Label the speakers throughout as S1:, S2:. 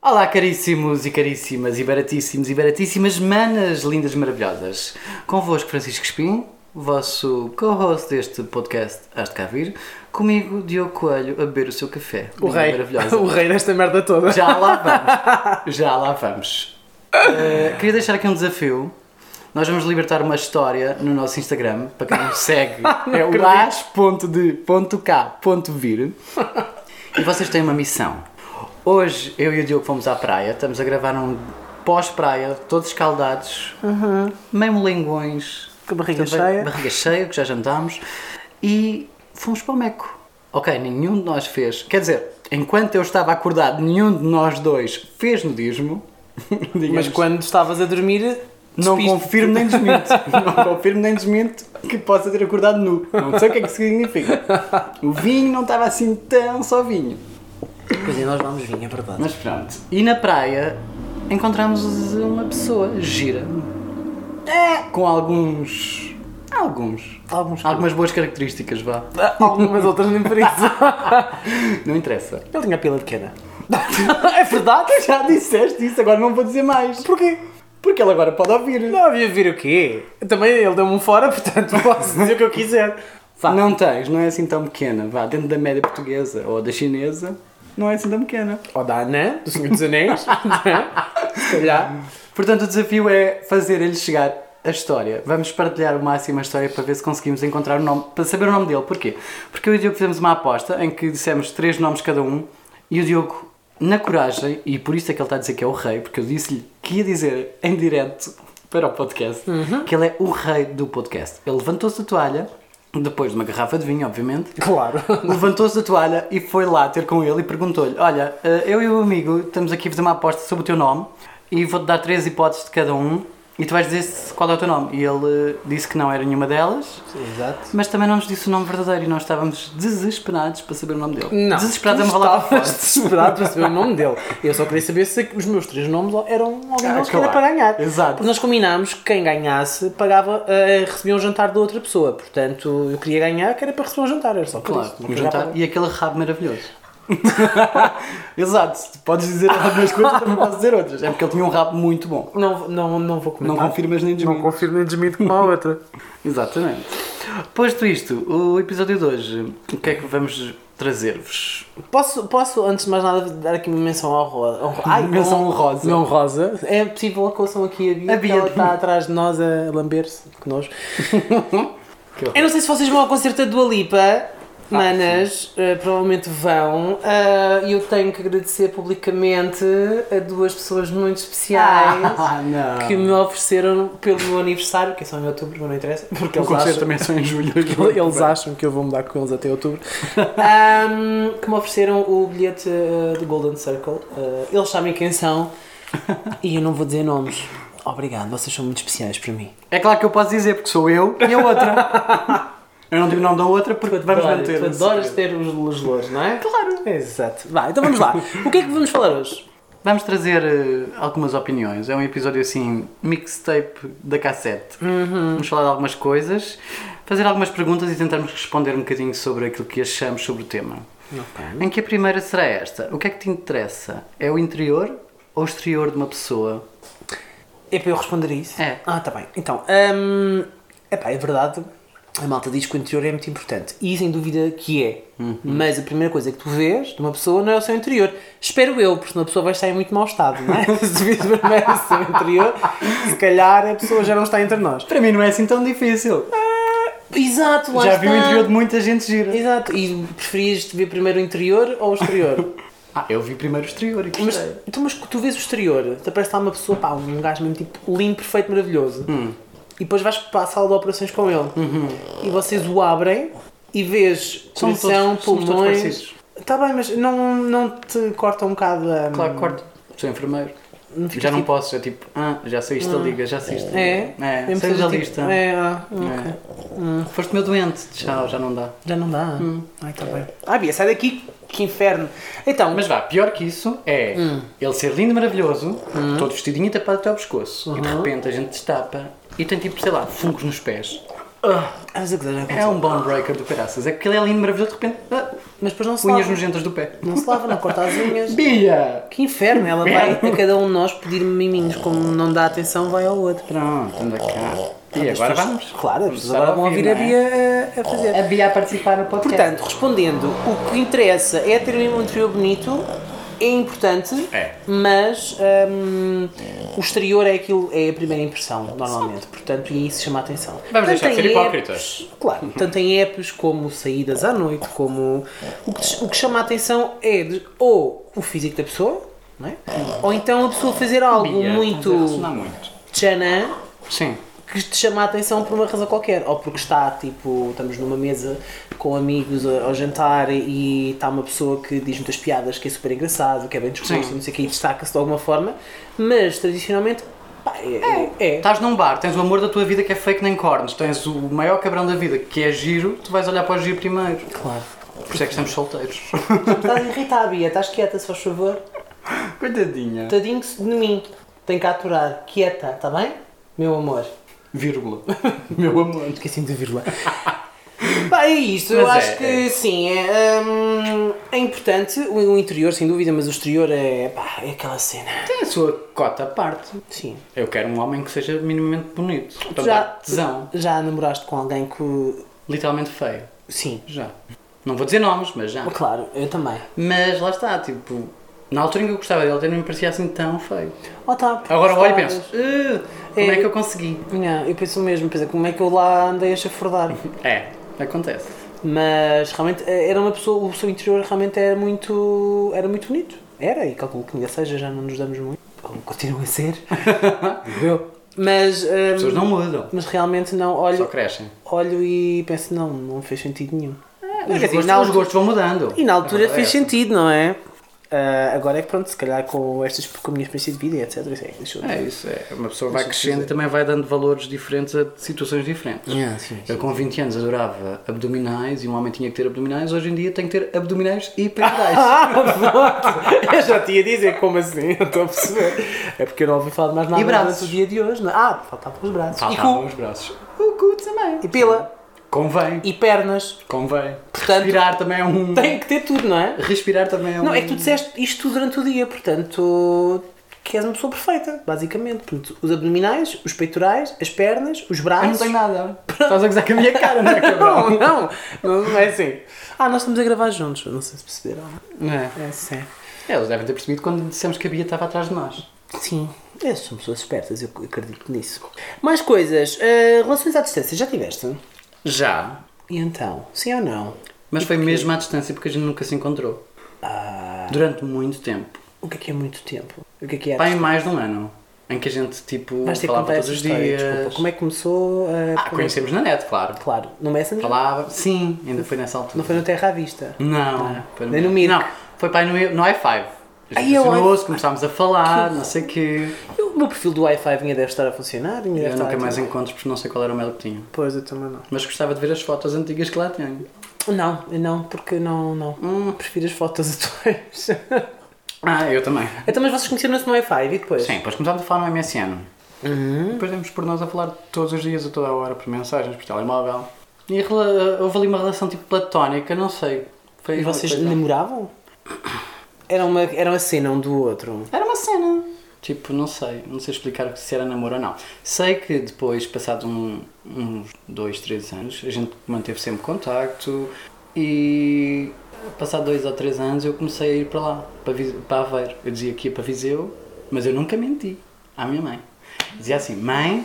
S1: Olá, caríssimos e caríssimas, e baratíssimos e baratíssimas manas lindas e maravilhosas. Convosco Francisco Espim, vosso co-host deste podcast Has de Cá Vir, comigo Diogo Coelho a beber o seu café.
S2: O
S1: Linda e
S2: rei,
S1: Maravilhosa.
S2: o rei desta merda toda.
S1: Já lá vamos. Já lá vamos. Uh, queria deixar aqui um desafio. Nós vamos libertar uma história no nosso Instagram, para quem não me segue, é o
S2: acredito.
S1: as.de.k.vir. E vocês têm uma missão. Hoje eu e o Diogo fomos à praia, estamos a gravar um pós-praia, todos escaldados, mesmo linguões.
S2: Uhum. Com a barriga
S1: Também-
S2: cheia.
S1: Barriga cheia, que já jantámos. E fomos para o Meco. Ok, nenhum de nós fez. Quer dizer, enquanto eu estava acordado, nenhum de nós dois fez nudismo.
S2: Mas
S1: Digamos.
S2: quando estavas a dormir,
S1: Não
S2: despiste.
S1: confirmo nem desminto. não confirmo nem desminto que possa ter acordado nu. Não sei o que é que isso significa. O vinho não estava assim tão só vinho.
S2: Pois é, nós vamos vir, é verdade.
S1: Mas pronto. E na praia encontramos uma pessoa gira. É, com alguns. Alguns.
S2: Alguns-
S1: Algumas boas características, vá.
S2: Ah, Algumas outras nem por isso.
S1: Não interessa.
S2: Ele tinha a pila pequena. é verdade?
S1: Já disseste isso, agora não vou dizer mais.
S2: Porquê?
S1: Porque ele agora pode ouvir.
S2: Não havia de vir o quê? Também ele deu-me um fora, portanto posso dizer o que eu quiser. Vá.
S1: Não tens, não é assim tão pequena. Vá, dentro da média portuguesa ou da chinesa, não é assim tão pequena.
S2: Ou da Anã, do Senhor dos Anéis. né? Se calhar.
S1: Portanto, o desafio é fazer ele chegar a história. Vamos partilhar o máximo a história para ver se conseguimos encontrar o nome, para saber o nome dele. Porquê? Porque eu e o Diogo fizemos uma aposta em que dissemos três nomes cada um e o Diogo, na coragem, e por isso é que ele está a dizer que é o rei, porque eu disse-lhe que ia dizer em direto para o podcast que ele é o rei do podcast. Ele levantou-se da toalha, depois de uma garrafa de vinho, obviamente,
S2: Claro.
S1: Levantou-se da toalha e foi lá ter com ele e perguntou-lhe: Olha, eh, eu e o amigo estamos aqui a fazer uma aposta sobre o teu nome e vou-te dar três hipóteses de cada um e tu vais dizer se- qual é o teu nome. E ele eh, disse que não era nenhuma delas,
S2: Exato.
S1: mas também não nos disse o nome verdadeiro e nós estávamos desesperados para saber o nome dele.
S2: Não.
S1: Desesperados é uma
S2: Tu
S1: palavra
S2: estavas
S1: forte.
S2: desesperado para saber o nome dele. Eu só queria saber se os meus três nomes eram alguém
S1: Ah,
S2: deles que era
S1: claro.
S2: para ganhar.
S1: Exato.
S2: Porque nós combinámos que quem ganhasse pagava, eh, recebia um jantar da outra pessoa. Portanto, eu queria ganhar que era para receber um jantar. Era só por
S1: Claro,
S2: isso. Não
S1: um
S2: queria
S1: jantar
S2: pagar.
S1: e aquele rabo maravilhoso. Exato, tu podes dizer algumas coisas, também podes dizer outras. É porque ele tinha um rabo muito bom.
S2: Não, não, não vou
S1: Não
S2: comentar.
S1: confirmas nem desmites.
S2: confirmo nem desmito como a outra.
S1: Exatamente. Posto isto, o episódio de hoje, o que é que vamos trazer-vos?
S2: Posso, posso, antes de mais nada, dar aqui uma menção ao Rosa.
S1: Menção honrosa.
S2: Não Rosa. É possível que ouçam aqui a Bia,
S1: A
S2: que
S1: Bia.
S2: ela está atrás de nós a lamber-se. Que nojo. Eu não sei se vocês vão ao concerto da Dua
S1: Ah,
S2: Lipa, manas, eh, provavelmente vão. Ah, E eu tenho que agradecer publicamente a duas pessoas muito especiais.
S1: Ah, não.
S2: Que me ofereceram pelo meu aniversário, que é só em outubro, mas não interessa, porque
S1: o
S2: eles
S1: concerto
S2: acham,
S1: também é só em julho.
S2: eles acham que eu vou mudar com eles até outubro. Ahm, que me ofereceram o bilhete eh, do Golden Circle. Eh, eles sabem quem são e eu não vou dizer nomes. Obrigado, vocês são muito especiais para mim.
S1: É claro que eu posso dizer, porque sou eu e a outra. eu não digo o nome da outra porque vamos
S2: Adoro-
S1: manter. o
S2: Tu adoras
S1: segredo.
S2: ter os, os louros, não é? Claro. Exato. Vá, então vamos lá. O que é que vamos falar hoje?
S1: Vamos trazer eh, algumas opiniões. É um episódio assim, mixtape da cassete.
S2: Uhum.
S1: Vamos falar de algumas coisas, fazer algumas perguntas e tentarmos responder um bocadinho sobre aquilo que achamos sobre o tema. Em que a primeira será esta. O que é que te interessa? É o interior ou o exterior de uma pessoa?
S2: É para eu responder a isso?
S1: É.
S2: Ah, tá bem. Então, hum, epá, é verdade, a malta diz que o interior é muito importante. E sem dúvida que é. Mas a primeira coisa que tu vês de uma pessoa não é o seu interior. Espero eu, porque senão a pessoa vai estar em muito mau estado, não é? se vês primeiro o seu interior, se calhar a pessoa já não está entre nós.
S1: Para mim não é assim tão difícil.
S2: Exato, lá
S1: Já vi o
S2: está.
S1: interior de muita gente gira.
S2: Exato. E preferias ver primeiro o interior ou o exterior?
S1: Ah, eu vi primeiro o exterior e
S2: Mas,
S1: gostei.
S2: então, mas tu vês o exterior, te aparece lá uma pessoa, pá, um gajo mesmo tipo lindo, perfeito, maravilhoso.
S1: Hum.
S2: E depois vais para a sala de operações com ele. E vocês o abrem e vês
S1: Uhum. São
S2: coração,
S1: todos- somos todos
S2: pulmões.
S1: parecidos.
S2: Está bem, mas não, não te corta um bocado a.
S1: Claro, que corto. Sou enfermeiro.
S2: Não fica
S1: já não
S2: tipo-
S1: posso, é tipo, ah, já saíste da liga, já saíste da
S2: É?
S1: liga. É,
S2: Mesmo
S1: saíste da
S2: seja tipo-
S1: lista.
S2: É, ah, ok.
S1: Ah, Foste meu doente, tchau, já não dá.
S2: Já não dá.
S1: Hum.
S2: Ai, está bem. Ai, Bia, sai daqui, que inferno. Então,
S1: Mas vá, pior que isso é
S2: Hum.
S1: ele ser lindo e maravilhoso, todo vestidinho e tapado até ao pescoço. E de
S2: Uhum.
S1: repente a gente destapa e tem tipo, sei lá, fungos nos pés.
S2: mas a coisa já
S1: um É um bone breaker do caraças. É porque ele é lindo, é maravilhoso, de repente. ah,
S2: Mas depois não se
S1: Unhas
S2: lava.
S1: nojentas do pé.
S2: Não se lava, não corta as unhas.
S1: Bia!
S2: Que inferno, ela vai
S1: Inferno.
S2: a cada um de nós pedir miminhos, como não dá atenção, vai ao outro.
S1: Pronto, anda cá. E
S2: As
S1: agora
S2: pessoas-
S1: vamos?
S2: Claro, as pessoas
S1: começar
S2: agora vão ouvir a
S1: não é?
S2: Bia a- a fazer.
S1: A Bia a participar no podcast.
S2: Portanto, respondendo, o que interessa é ter um interior bonito, é importante,
S1: É.
S2: mas hum, o exterior é aquilo, é a primeira impressão, normalmente. Portanto, e é isso chama a atenção.
S1: Vamos deixar de
S2: em
S1: ser
S2: apps-
S1: hipócritas.
S2: Claro, tanto em apps como saídas à noite, como. O que, o que chama a atenção é de- ou o físico da pessoa, não é? ou então a pessoa fazer algo
S1: Bia, estás a
S2: muito
S1: ressonar é muito.
S2: tchanã
S1: Sim.
S2: que te chama a atenção por uma razão qualquer. Ou porque está, tipo, estamos numa mesa com amigos a- ao jantar e está uma pessoa que diz muitas piadas, que é super engraçado, que é bem disposto,
S1: Sim.
S2: não sei o que, e destaca-se de alguma forma. Mas, tradicionalmente, pá, é. é,
S1: Estás num bar, tens o amor da tua vida que é fake nem cornos, tens o maior cabrão da vida que é giro, tu vais olhar para o giro primeiro.
S2: Claro.
S1: Por isso é que estamos solteiros.
S2: Estás a irritar, tá Bia, estás quieta, se faz favor.
S1: Coitadinha.
S2: Tadinho de mim, tenho que aturar. Quieta, está bem? Meu amor.
S1: Vírgula. Meu amor.
S2: Esqueci-me da vírgula. Pá, é isto, eu
S1: Mas
S2: acho
S1: é,
S2: que
S1: é.
S2: sim, é, hum, é importante o, o interior, sem dúvida, mas o exterior é, pá, é aquela cena.
S1: Tem a sua cota à parte.
S2: Sim.
S1: Eu quero um homem que seja minimamente bonito. Para
S2: Já,
S1: dar Então tesão.
S2: já namoraste com alguém que.
S1: Literalmente feio.
S2: Sim,
S1: Já. Não vou dizer nomes, mas já.
S2: claro, eu também.
S1: Mas lá está, tipo, na altura em que eu gostava dele, até não me parecia assim tão feio.
S2: Oh, tá, porque
S1: Agora eu olho e
S2: gostavas.
S1: penso, "Ugh, como é que eu consegui?
S2: Não, eu penso o mesmo, pensa, como é que eu lá andei a chafurdar?
S1: É, acontece.
S2: Mas realmente eh, era uma pessoa, o seu interior realmente era muito. era muito bonito. Era, e calculo que ainda seja, já não nos damos muito. Como continua a ser. Digo eu. Mas. hum,
S1: As pessoas não mudam,
S2: Mas realmente não,
S1: só
S2: olho,
S1: crescem.
S2: olho e penso, não, não fez sentido nenhum.
S1: Os,
S2: Quer dizer,
S1: Ah, gostos,
S2: É, na
S1: os
S2: altura-
S1: gostos vão mudando.
S2: E na altura
S1: A verdade é
S2: fez
S1: essa.
S2: sentido, não é? Ah, agora é que pronto, se calhar com estas com a minha experiência de vida, e etc. etc, deixa eu-
S1: É isso, é. Uma pessoa vai crescendo e também vai dando valores diferentes a situações diferentes.
S2: Yeah, sim,
S1: Eu com 20 anos adorava abdominais e um homem tinha que ter abdominais, hoje em dia tenho que ter abdominais e peitorais.
S2: Ah, pronto! Eu já te ia dizer como assim, não estou a perceber. É porque eu não ouvi falar de mais nada
S1: E braços?
S2: durante o dia de hoje. Não. Ah, faltavam os braços. e
S1: Faltavam
S2: cu.
S1: os braços. O cu também.
S2: E pila.
S1: Convém,
S2: E pernas.
S1: convém.
S2: Portanto,
S1: Respirar também é um.
S2: Tem que ter tudo, não é?
S1: Respirar também é um.
S2: Não, é que tu disseste isto tudo durante o dia, portanto, que és uma pessoa perfeita, basicamente. Portanto, os abdominais, os peitorais, as pernas, os
S1: Eu Ah, não
S2: braços.
S1: tenho nada. Estás a gozar com a minha cara, não é,
S2: Não,
S1: cabrão?
S2: não, não, não é assim. Ah, nós estamos a gravar juntos, não sei se perceberam.
S1: É.
S2: É sim.
S1: Eles devem ter percebido quando dissemos que a Bia estava atrás de nós.
S2: Sim, eles são pessoas espertas, eu acredito nisso. Mais coisas, eh, relações à distância, já tiveste?
S1: Já.
S2: E então, sim ou não?
S1: Mas foi mesmo à distância porque a gente nunca se encontrou.
S2: Ah,
S1: Durante muito tempo.
S2: o que é que é muito tempo? O que é que é?
S1: Pai, mais de um ano. Em que a gente, tipo,
S2: Vais ter que
S1: falava
S2: contar
S1: todos
S2: essa
S1: os
S2: história,
S1: dias.
S2: desculpa. Como é que começou? eh,
S1: Ah, conhecemos na net, claro.
S2: Claro, no Messenger?
S1: Falava. Sim, ainda foi nessa altura.
S2: Não foi no Terra à Vista?
S1: Não, foi
S2: Nem no Mirk.
S1: Não, foi pai no, no i5. A
S2: Ai,
S1: gente
S2: eu-
S1: assinou-se, começámos a falar, não sei o quê.
S2: Eu- O meu perfil do Wi-Fi ainda deve estar a funcionar. ainda deve
S1: Eu
S2: estar
S1: nunca mais
S2: ativo.
S1: encontro porque não sei qual era o mail que tinha.
S2: Pois, eu também não.
S1: Mas gostava de ver as fotos antigas que lá tenho.
S2: Não, eu não, porque não, não.
S1: Hum.
S2: Prefiro as fotos atuais.
S1: Ah, eu também.
S2: então, mas vocês conheceram-se no Wi-Fi e depois? Uhum.
S1: Sim, depois começámos a falar no MSN. Depois demos por nós a falar todos os dias, a toda a hora, por mensagens, por telemóvel. E a rela- houve ali uma relação tipo platónica, não sei. Foi
S2: E
S1: uma
S2: vocês
S1: coisa-
S2: namoravam? Era uma, era uma cena um do outro.
S1: Era uma cena. Tipo, não sei, não sei explicar se era namoro ou não. Sei que depois, passados um- uns dois, três anos, a gente manteve sempre contacto e passado dois ou três anos eu comecei a ir para lá, para, Vi- para Aveiro. Eu dizia que ia para Viseu, mas eu nunca menti à minha mãe. Dizia assim, mãe,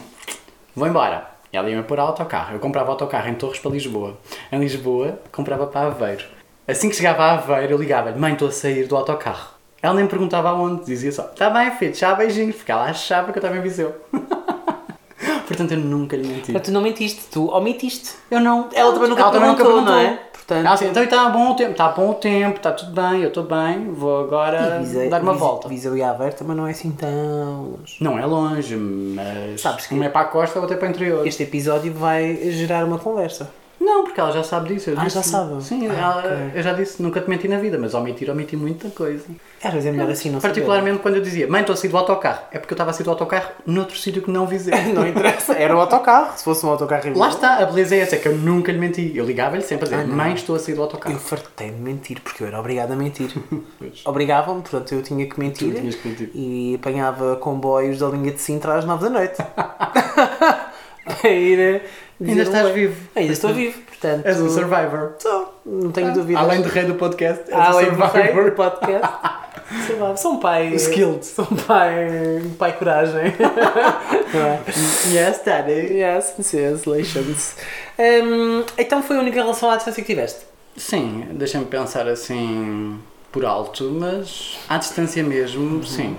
S1: vou embora. E ela ia-me pôr ao autocarro. Eu comprava autocarro em Torres para Lisboa. Em Lisboa, comprava para Aveiro. Assim que chegava a Aveiro, eu ligava-lhe, mãe, estou a sair do autocarro. Ela nem me perguntava aonde, dizia só, está bem, filho, já beijinho, porque ela achava que eu estava em Viseu. Portanto, eu nunca lhe menti.
S2: Mas tu não mentiste, tu omitiste.
S1: Eu não.
S2: Ela também nunca perguntou, não é? Portanto-
S1: Portanto, assim, então está bom o tempo, está bom o tempo, está tudo bem, eu estou bem, vou agora dar uma
S2: Vise-
S1: volta.
S2: é Viseu e Aveiro também não é assim tão. longe.
S1: Não é longe, mas
S2: Sabes que-
S1: uma é para a costa, outra é para o interior.
S2: Este episódio vai gerar uma conversa.
S1: Não, porque ela já sabe disso. eu
S2: Ah,
S1: disse-
S2: já sabe?
S1: Sim,
S2: Ah,
S1: ela-
S2: ok.
S1: eu já disse, nunca te menti na vida, mas ao mentir, omiti muita coisa.
S2: Às vezes é melhor assim, não
S1: Particularmente quando eu dizia, mãe, estou a sair do autocarro. É porque eu estava a sair do autocarro noutro sítio que não visei.
S2: saber. Não interessa. Era um autocarro. Se fosse um autocarro...
S1: Lá está, a beleza é essa, é que eu nunca lhe menti. Eu ligava-lhe sempre a dizer,
S2: Ah, não.
S1: mãe, estou a sair do autocarro.
S2: Eu fartei de mentir, porque eu era obrigado a mentir. Obrigavam-me, portanto eu tinha que mentir.
S1: Tu tinhas que mentir.
S2: E apanhava comboios da linha de Sintra às 9 da noite. Para ir a dizer
S1: Ainda estás
S2: um oi.
S1: vivo.
S2: Ainda estou vivo, portanto.
S1: És um survivor.
S2: Sou, não tenho dúvidas.
S1: Além de rei do podcast, és um
S2: Além do
S1: survivor.
S2: do podcast. Survivor. Sou um pai.
S1: Skilled.
S2: Sou um pai. Um pai coragem. Não é?
S1: Yes, daddy.
S2: yes, congratulations. Hum, então foi a única relação à distância que tiveste?
S1: Sim, deixa-me pensar assim por alto, mas à distância
S2: Uhum.
S1: mesmo, sim.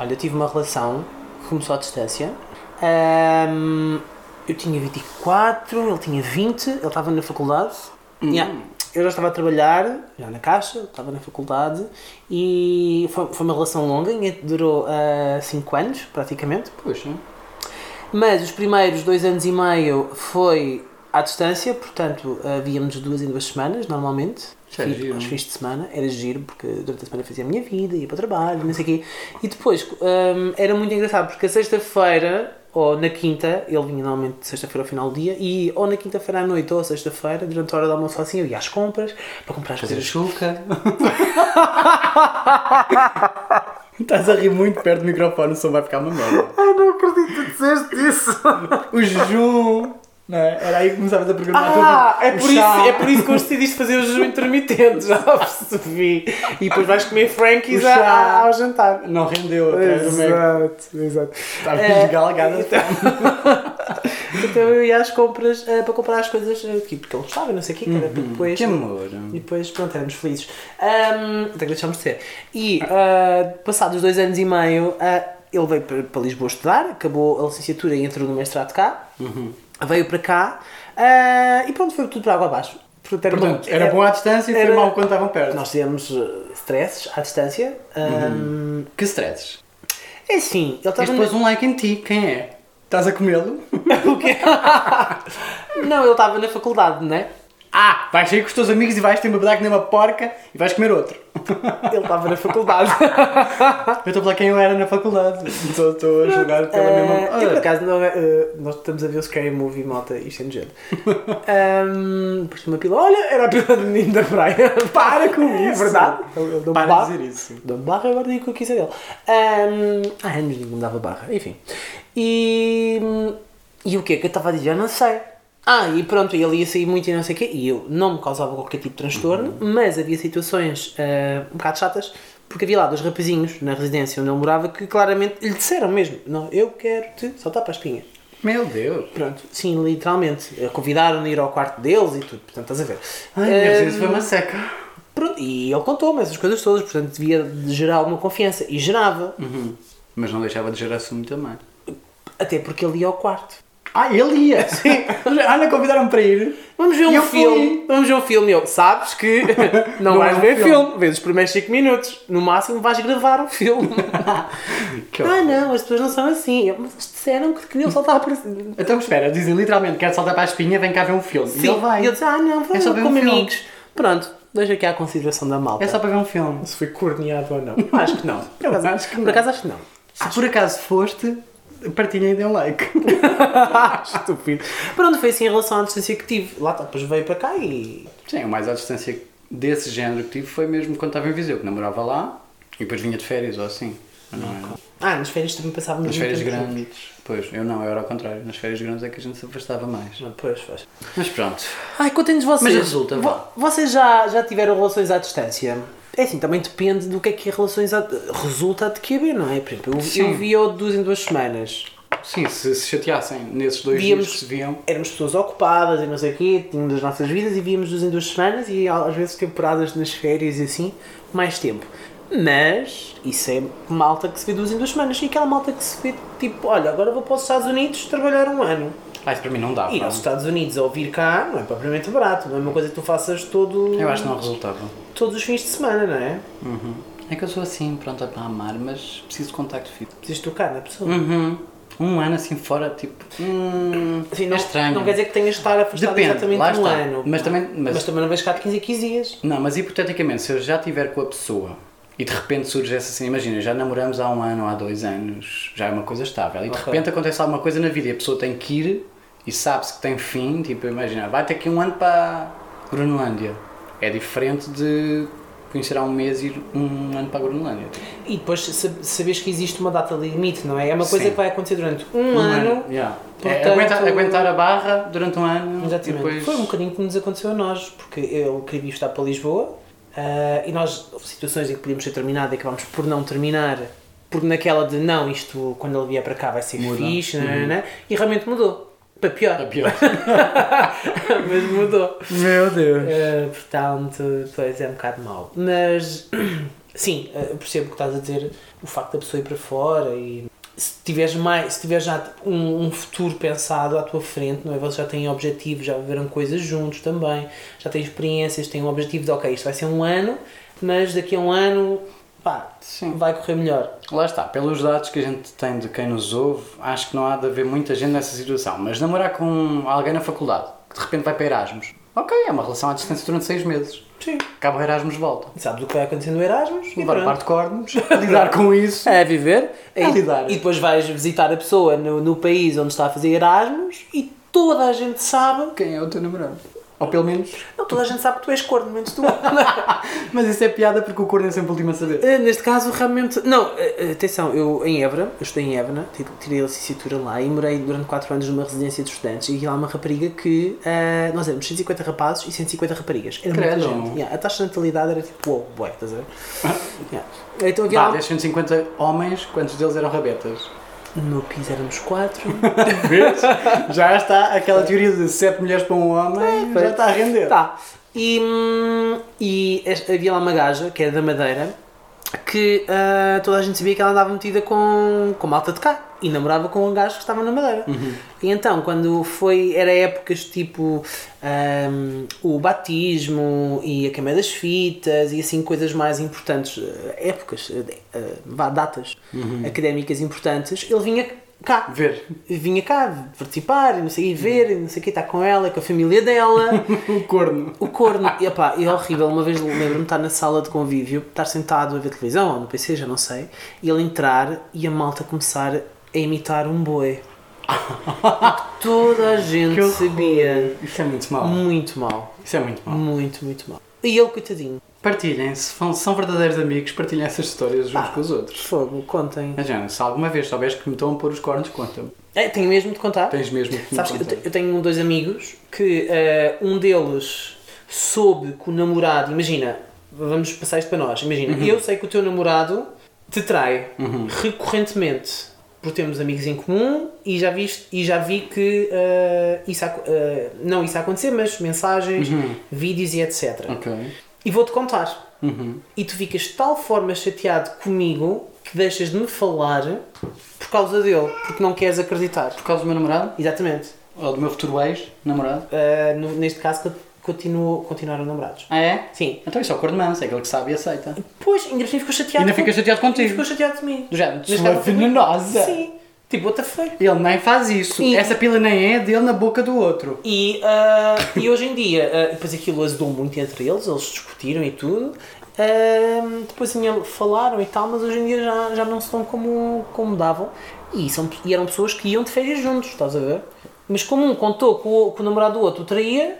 S2: Olha, eu tive uma relação que começou à distância. Ahm, eu tinha 24, ele tinha 20, ele estava na faculdade. Yeah. Eu já estava a trabalhar, já na caixa, estava na faculdade e foi, foi uma relação longa, e durou 5 anos praticamente.
S1: Puxa.
S2: Mas os primeiros dois anos e meio foi à distância, portanto ah, víamos de duas em duas semanas normalmente.
S1: Isso era
S2: Fui-
S1: giro.
S2: Aos fins de semana era giro, porque durante a semana fazia a minha vida, ia para o trabalho, não sei o quê. E depois hum, era muito engraçado, porque a sexta-feira ou na quinta, ele vinha normalmente de sexta-feira ao final do dia, e ou na quinta-feira à noite ou à sexta-feira, durante a hora do almoço, assim, eu ia às compras para comprar as
S1: Fazer
S2: coisas.
S1: chuca. Estás a rir muito perto do microfone, o som vai ficar uma merda.
S2: Ai, não acredito que disseste isso!
S1: O jejum. Não é? Era aí que começavas a programar
S2: Ah,
S1: tudo.
S2: é
S1: O
S2: por, isso,
S1: chá,
S2: é por isso que hoje decidiste fazer o jejum intermitente, já percebi. E depois vais comer Frankies
S1: O chá.
S2: a- ao jantar.
S1: Não rendeu até no meio.
S2: é Exato, exato.
S1: Estás
S2: É.
S1: desgalgada.
S2: Então eu ia às compras eh, para comprar as coisas eh, aqui, porque ele gostava, não sei o quê, que era para depois.
S1: Uhum. Que amor.
S2: E depois, pronto, éramos felizes. Ahm, até que deixámos de ser. E ah, passados dois anos e meio, ah, ele veio para, para Lisboa estudar, acabou a licenciatura e entrou no mestrado cá.
S1: Uhum.
S2: Veio para cá ah, e pronto, foi tudo para água abaixo. Portanto, era bom-
S1: Portanto, era bom à distância e foi
S2: era-
S1: mal quando estavam perto.
S2: Nós tivemos eh, stresses à distância. Ahm,
S1: Que stresses.
S2: É assim, ele estava.
S1: Mas depois um like em ti, quem é? Estás a comê-lo?
S2: na... O quê? não, ele estava na faculdade, não é?
S1: Ah, vais sair com os teus amigos e vais ter uma bedaca nem uma porca e vais comer outro.
S2: Ele tá estava na faculdade.
S1: Eu estou a falar quem eu era na faculdade. Estou estou a jogar pela
S2: Eh,
S1: mesma.
S2: eu, por
S1: Ah,
S2: acaso, não, eh, nós estamos a ver o Scary Movie, malta, isto é nojento. Ahm, Depois tem uma pila. Olha, era a pila do menino da praia. Para com isso. É verdade. Ele- ele deu-me
S1: Para
S2: barra.
S1: de dizer isso.
S2: Dou-me barra, agora digo o que eu quiser dele. Ahm, há anos ninguém me dava barra, enfim. E, e o que é que eu estava a dizer? Eu não sei. Ah, e pronto, ele ia sair muito e não sei o quê, e eu não me causava qualquer tipo de transtorno,
S1: Uhum.
S2: mas havia situações ah, um bocado chatas, porque havia lá dois rapazinhos na residência onde ele morava que claramente lhe disseram mesmo: Não, eu quero-te saltar para a espinha.
S1: Ah, Meu Deus.
S2: Pronto, sim, literalmente. Ah, Convidaram-no a ir ao quarto deles e tudo, portanto, estás a ver.
S1: Ai, meu
S2: Ah,
S1: Deus, isso foi uma seca.
S2: Pronto, e ele contou-me essas coisas todas, portanto devia gerar alguma confiança. E gerava.
S1: Mas não deixava de gerar assumo também.
S2: Até porque ele ia ao quarto.
S1: Ah, ele ia! Sim! Ana convidaram-me para ir.
S2: Vamos ver um
S1: E eu
S2: filme.
S1: fui.
S2: Vamos ver um filme. E eu, sabes que não,
S1: Não
S2: vais
S1: é um
S2: ver
S1: filme.
S2: filme. Vês os primeiros 5 minutos. No máximo vais gravar um filme.
S1: Que
S2: ah,
S1: horror.
S2: não, as pessoas não são assim. Eu, mas eles disseram que queriam saltar para cima.
S1: Então espera, dizem literalmente: quero saltar para a espinha, vem cá ver um filme. E ele vai.
S2: E eu disse, ah, não,
S1: É
S2: vamos
S1: só ver
S2: ver
S1: um
S2: como
S1: filme.
S2: amigos. Pronto, deixa aqui à consideração da malta.
S1: É só para ver um filme.
S2: Se foi corneado ou não. Acho que não. Por
S1: Eu
S2: acaso
S1: acho que
S2: por
S1: não.
S2: acaso acho que não.
S1: Se por acaso foste, partilhem e dê um like.
S2: Estúpido. Pronto, foi assim em relação à distância que tive. Lá tá, depois veio para cá e.
S1: Sim, o mais à distância desse género que tive foi mesmo quando estava em Viseu, que namorava lá e depois vinha de férias ou assim. Mas não era.
S2: Ah, nas férias também passávamos
S1: Nas
S2: muito
S1: férias
S2: tempo
S1: grandes, pois, eu não, eu era ao contrário. Nas férias grandes é que a gente se afastava mais.
S2: juntos. Ah, Pois, faz.
S1: Mas pronto.
S2: Ai, contem-nos vocês.
S1: Mas resulta, vá.
S2: Vocês já, já tiveram relações à distância? É assim, também depende do que é que é relações à... resulta de QB, não é? Por exemplo, eu,
S1: Sim.
S2: eu vi-o de duas em duas semanas.
S1: Sim, se se chateassem nesses dois dias que se viam,
S2: éramos pessoas ocupadas e não sei o quê, tínhamos as nossas vidas e víamos duas em duas semanas e às vezes temporadas nas férias e assim, mais tempo. Mas isso é malta que se vê duas em duas semanas e aquela malta que se vê tipo, olha, agora vou para os Estados Unidos trabalhar um ano.
S1: ah, isso para mim não dá.
S2: Ir
S1: pá.
S2: aos Estados Unidos ou vir cá não é propriamente barato, não é uma coisa que tu faças todo,
S1: Eu acho que não resultava.
S2: todos os fins de semana, não é?
S1: É que eu sou assim, pronta para amar, mas preciso de contacto físico.
S2: Precisas tocar na pessoa.
S1: Uhum. Um ano assim fora, tipo. Hum,
S2: Assim,
S1: é
S2: não,
S1: estranho.
S2: não quer dizer que tenhas de estar afastado
S1: Depende,
S2: exatamente
S1: lá
S2: um
S1: está.
S2: ano.
S1: Mas também- mas-
S2: mas... também não vais cá de 15 a 15 dias.
S1: Não, mas hipoteticamente, se eu já estiver com a pessoa e de repente surge essa assim, imagina, já namoramos há um ano, há dois anos, já é uma coisa estável, e de
S2: Ok.
S1: repente acontece alguma coisa na vida e a pessoa tem que ir e sabe-se que tem fim, tipo, imagina, vai ter aqui um ano para a Groenlândia. É diferente de conhecer há um mês e ir um ano para a Groenlândia. tipo.
S2: E depois sa- sabes que existe uma data limite, não é? É uma coisa
S1: Sim.
S2: que vai acontecer durante um,
S1: Um
S2: ano.
S1: yeah.
S2: portanto-
S1: é, aguentar, aguentar a barra durante um ano e
S2: Exatamente.
S1: depois...
S2: Foi um bocadinho que nos aconteceu a nós, porque eu queria estar para Lisboa ah, e nós, houve situações em que podíamos ter terminado e acabámos por não terminar, porque naquela de não, isto quando ele vier para cá vai ser
S1: Muda. Uhum.
S2: fixe, nananã, e realmente mudou. Para pior.
S1: Era pior.
S2: Mas mudou.
S1: Meu Deus.
S2: Ah, portanto, pois é um bocado mau. Mas sim, ah, eu percebo o que estás a dizer, o facto da pessoa ir para fora e se tiveres mais, se tiveres já um, um futuro pensado à tua frente, não é? Vocês já têm objetivos, já viveram coisas juntos também, já têm experiências, têm um objetivo de ok, isto vai ser um ano, mas daqui a um ano pá,
S1: Sim.
S2: vai correr melhor.
S1: Lá está, pelos dados que a gente tem de quem nos ouve, acho que não há de haver muita gente nessa situação. Mas namorar com alguém na faculdade, que de repente vai para Erasmus, ok, é uma relação à distância durante seis meses.
S2: Sim.
S1: Acaba o Erasmus, volta.
S2: Sabes o que vai acontecer no Erasmus? e
S1: Levar
S2: pronto.
S1: parte de cornos, lidar com isso.
S2: É viver
S1: É
S2: e,
S1: lidar.
S2: e depois vais visitar a pessoa no, no país onde está a fazer Erasmus e toda a gente sabe.
S1: Quem é o teu namorado? Ou pelo menos.
S2: Não, toda a gente sabe que tu és corno, menos tu.
S1: Mas isso é piada porque o corno é sempre o último a saber.
S2: Eh, Neste caso, realmente. Não, eh, eh, atenção, eu em Évora, eu estou em Évora, tive- tirei a licenciatura lá e morei durante 4 anos numa residência de estudantes e lá uma rapariga que. eh, nós éramos 150 rapazes e 150 raparigas. Era muita
S1: Credo.
S2: gente. Yeah, a taxa de natalidade era tipo, uou, boy, estás a ver? Yeah. Então havia
S1: Vá,
S2: lá.
S1: desses 150 homens, quantos deles eram rabetas?
S2: No meu piso éramos 4.
S1: Vês? Já está aquela teoria de 7 mulheres para um homem, já está a render.
S2: Tá. E, hum, e es- havia lá uma gaja, que era da Madeira, que ah, toda a gente sabia que ela andava metida com, com malta de cá. E namorava com um gajo que estava na Madeira. E então, quando foi, era épocas tipo hum, o batismo e a queima das fitas e assim coisas mais importantes, eh, épocas, eh, de- eh, vá, datas académicas importantes, ele vinha cá
S1: Ver.
S2: vinha cá participar, e não sei, e ver, e não sei o que, está com ela, com a família dela.
S1: O corno.
S2: O corno, e, epá, é horrível. Uma vez lembro-me de estar na sala de convívio, estar sentado a ver televisão ou no PC, já não sei, e ele entrar e a malta começar a imitar um boi. Toda a gente
S1: horror.
S2: sabia.
S1: Isso é muito mau.
S2: Muito mal.
S1: Isso é muito mau.
S2: Muito, muito mal. E ele, coitadinho,
S1: Partilhem, se fon- são verdadeiros amigos, partilhem essas histórias uns
S2: Ah.
S1: com os outros.
S2: fogo, contem.
S1: Mas, Jana, se alguma vez souberes que me estão a pôr os cornos, conta-me.
S2: É, tenho mesmo de contar.
S1: Tens mesmo que me
S2: Sabes que eu,
S1: contar.
S2: te- eu tenho dois amigos que eh, um deles soube que o namorado. Imagina, vamos passar isto para nós. Imagina, eu sei que o teu namorado te trai recorrentemente porque temos amigos em comum e já, viste, e já vi que eh, isso ac- eh, não isso a acontecer, mas mensagens, vídeos e etc.
S1: Ok.
S2: E vou-te contar. E tu ficas de tal forma chateado comigo que deixas de me falar por causa dele, porque não queres acreditar.
S1: Por causa do meu namorado,
S2: Exatamente.
S1: ou do meu futuro ex-namorado.
S2: Uh, no- neste caso co- continuo, continuaram namorados.
S1: Ah, é?
S2: Sim.
S1: Então isso é o corno manso, é aquele que sabe e aceita.
S2: Pois, ainda assim ficou chateado.
S1: Ainda fica chateado contigo.
S2: Ainda Ficou chateado comigo.
S1: Do género,
S2: Neste
S1: sua
S2: caso, foi-
S1: venenosa.
S2: Sim. Tipo, what the fuck?
S1: Ele nem faz isso.
S2: E-
S1: Essa pila nem é dele na boca do outro.
S2: E, uh, e hoje em dia, uh, depois aquilo azedou muito entre eles, eles discutiram e tudo. Um, depois ainda falaram e tal, mas hoje em dia já, já não são como, como davam. E, são, e eram pessoas que iam de férias juntos, estás a ver? Mas como um contou que o, que o namorado do outro o traía,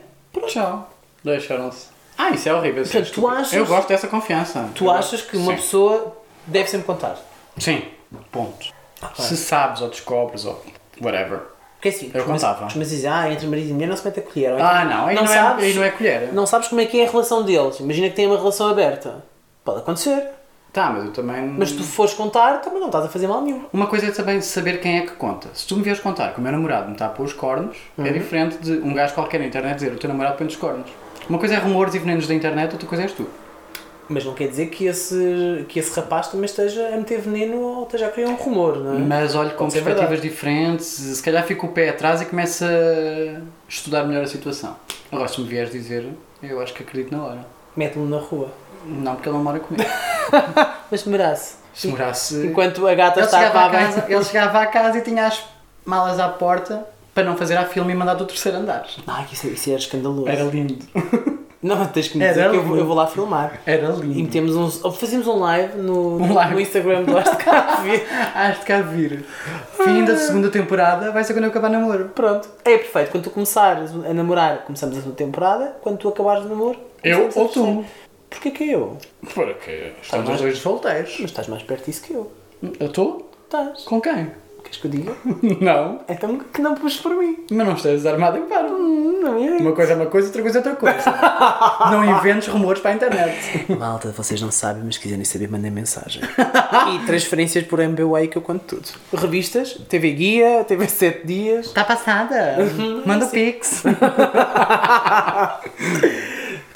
S1: Tchau. Deixaram-se. Ah, isso é horrível. isso é
S2: Portanto, tu
S1: estúpido.
S2: achas-
S1: Eu gosto dessa confiança.
S2: tu
S1: Eu
S2: achas
S1: gosto-
S2: que uma
S1: Sim.
S2: pessoa deve sempre contar.
S1: Sim. Ponto. Se sabes ou descobres ou whatever.
S2: Porque assim,
S1: Eu
S2: costuma-
S1: contava.
S2: costuma-se dizer, ah, entre marido e mulher não se mete a colher. Ou
S1: Ah,
S2: então,
S1: não, aí não, é- aí não é colher.
S2: Não sabes como é que é a relação deles. Imagina que têm uma relação aberta. Pode acontecer.
S1: Tá, mas eu também.
S2: Mas se tu fores contar, também não estás a fazer mal nenhum.
S1: Uma coisa é também saber quem é que conta. Se tu me vieres contar que o meu namorado me está a pôr os cornos,
S2: Uhum.
S1: é diferente de um gajo qualquer na internet dizer o teu namorado põe os cornos. Uma coisa é rumores e venenos da internet, outra coisa és tu.
S2: Mas não quer dizer que esse, que esse rapaz também esteja a meter veneno ou esteja a criar um rumor, não é?
S1: Mas olho com
S2: Pode ser
S1: perspectivas diferentes, se calhar fico o pé atrás e começo a estudar melhor a situação. Agora, se me vieres dizer, eu acho que acredito na hora.
S2: Mete-lo na rua.
S1: Não, porque ele não mora comigo.
S2: mas demorasse.
S3: Se morasse.
S2: Enquanto a gata
S1: Ele
S2: está
S1: chegava,
S2: a
S1: à casa, ele chegava à casa e tinha as malas à porta para não fazer a filme e mandar do terceiro andar.
S2: Ai, isso, é- isso era escandaloso.
S1: Era lindo.
S2: Não, tens que me
S1: Era um
S2: dizer que eu vou,
S1: lindo.
S2: eu vou lá filmar.
S1: Era
S2: E
S1: lindo.
S2: metemos uns. Ou fazemos um live no,
S1: Um live.
S2: no Instagram do Astro Café.
S1: Has de cá vir. Fim
S3: Ah.
S1: da segunda temporada vai ser quando eu acabar namoro.
S2: Pronto. É perfeito. Quando tu começares a namorar, começamos a segunda temporada. Quando tu acabares de namoro.
S3: Eu
S2: começamos a
S3: ou tu?
S2: terceira. Porquê que eu?
S3: Porque
S2: Tá
S3: estamos
S2: bem.
S3: os dois solteiros.
S2: Mas estás mais perto disso que eu.
S3: Eu estou?
S2: Estás.
S3: Com quem?
S2: Queres que eu diga?
S3: Não.
S2: Então que não puxes por mim.
S3: Mas não estás armado em par.
S2: Hum, Não é?
S3: Uma coisa é uma coisa, outra coisa é outra coisa.
S1: Não inventes rumores para a internet.
S2: Malta, vocês não sabem, mas se quiserem saber, mandem mensagem. e transferências por MBWay que eu conto tudo. Revistas, TV Guia, TV 7 Dias.
S1: Está passada.
S3: Uhum.
S1: Manda o pix.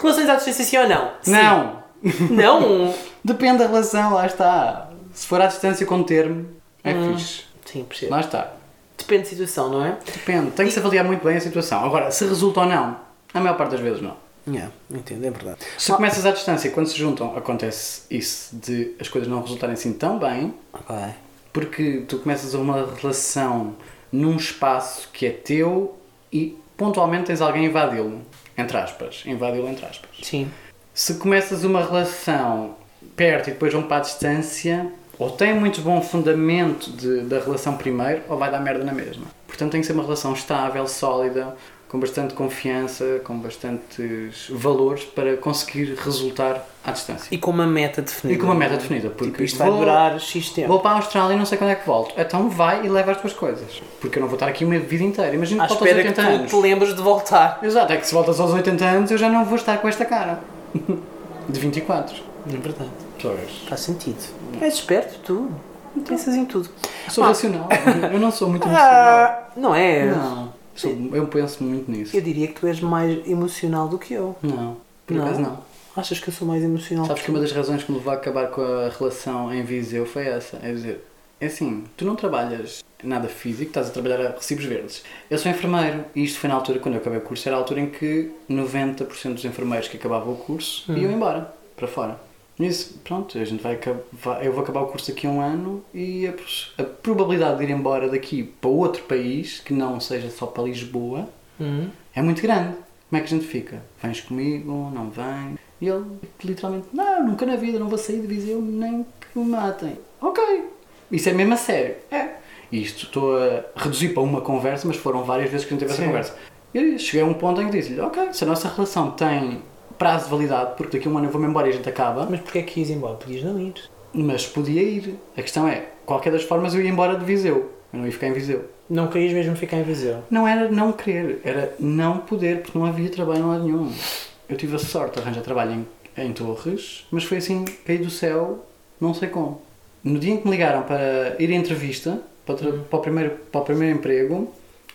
S2: Relações à distância, sim ou não?
S1: Não.
S2: Sim. Não?
S1: Depende da relação, lá está. Se for à distância com termo, é
S3: Hum.
S1: fixe.
S2: Sim, percebo.
S1: Lá está.
S2: Depende da situação, não é?
S1: Depende. Tem que se avaliar muito bem a situação. Agora, se resulta ou não, a maior parte das vezes não.
S2: Yeah, entendo, é verdade.
S1: Se começas à distância e quando se juntam, acontece isso de as coisas não resultarem assim tão bem,
S2: Vai.
S1: porque tu começas uma relação num espaço que é teu e pontualmente tens alguém a invadi-lo. Entre aspas. Invadi-lo, entre aspas.
S2: Sim.
S1: Se começas uma relação perto e depois vão para a distância, ou tem muito bom fundamento de- da relação primeiro, ou vai dar merda na mesma. Portanto, tem que ser uma relação estável, sólida, com bastante confiança, com bastantes valores para conseguir resultar à distância.
S2: E com uma meta definida.
S1: E com uma meta definida, porque
S2: Tipo, isto vai durar X tempo.
S1: Vou para a Austrália e não sei quando é que volto. Então vai e leva as tuas coisas. Porque eu não vou estar aqui uma vida inteira. Imagina
S2: À
S1: que voltas aos
S2: espera que
S1: 80
S2: tu
S1: anos.
S2: te lembres de voltar.
S1: Exato, é que se voltas aos 80 anos eu já não vou estar com esta cara. De 24.
S2: É verdade.
S1: Talvez.
S2: Faz sentido. Então. És esperto, tu. Pensas em tudo.
S1: Sou
S2: Ah.
S1: racional. Eu não sou muito racional.
S2: Ah, não é?
S1: Não. Sou- eu penso muito nisso.
S2: Eu diria que tu és mais emocional do que eu.
S1: Não. Por acaso não.
S2: Achas que eu sou mais emocional?
S1: Sabes que uma das razões que me levou a acabar com a relação em Viseu foi essa. É dizer, é assim, tu não trabalhas nada físico, estás a trabalhar a recibos verdes. Eu sou enfermeiro e isto foi na altura, quando eu acabei o curso, era a altura em que 90% dos enfermeiros que acabavam o curso iam embora, para fora. E Isso, pronto, a gente vai acabar, eu vou acabar o curso daqui a um ano e a, pros- a probabilidade de ir embora daqui para outro país, que não seja só para Lisboa,
S2: Hum.
S1: é muito grande. Como é que a gente fica? Vens comigo? Não vem? E ele literalmente, não, nunca na vida, não vou sair de Viseu nem que me matem. Ok. Isso é mesmo a sério. É. E Isto estou a reduzir para uma conversa, mas foram várias vezes que a gente teve essa
S2: Sim.
S1: conversa. E eu cheguei a um ponto em que disse-lhe, ok, se a nossa relação tem prazo de validade, porque daqui a um ano eu vou-me embora e a gente acaba,
S2: Mas porquê é que ias embora? Podias não ir.
S1: mas podia ir. A questão é, qualquer das formas eu ia embora de Viseu. Eu não ia ficar em Viseu.
S2: Não querias mesmo ficar em Viseu.
S1: Não era não querer, era não poder, porque não havia trabalho em lado nenhum. Eu tive a sorte de arranjar trabalho em, em Torres, mas foi assim, caí do céu, não sei como. No dia em que me ligaram para ir à entrevista, para, tra-
S2: Uhum.
S1: para o, primeiro, para o primeiro emprego,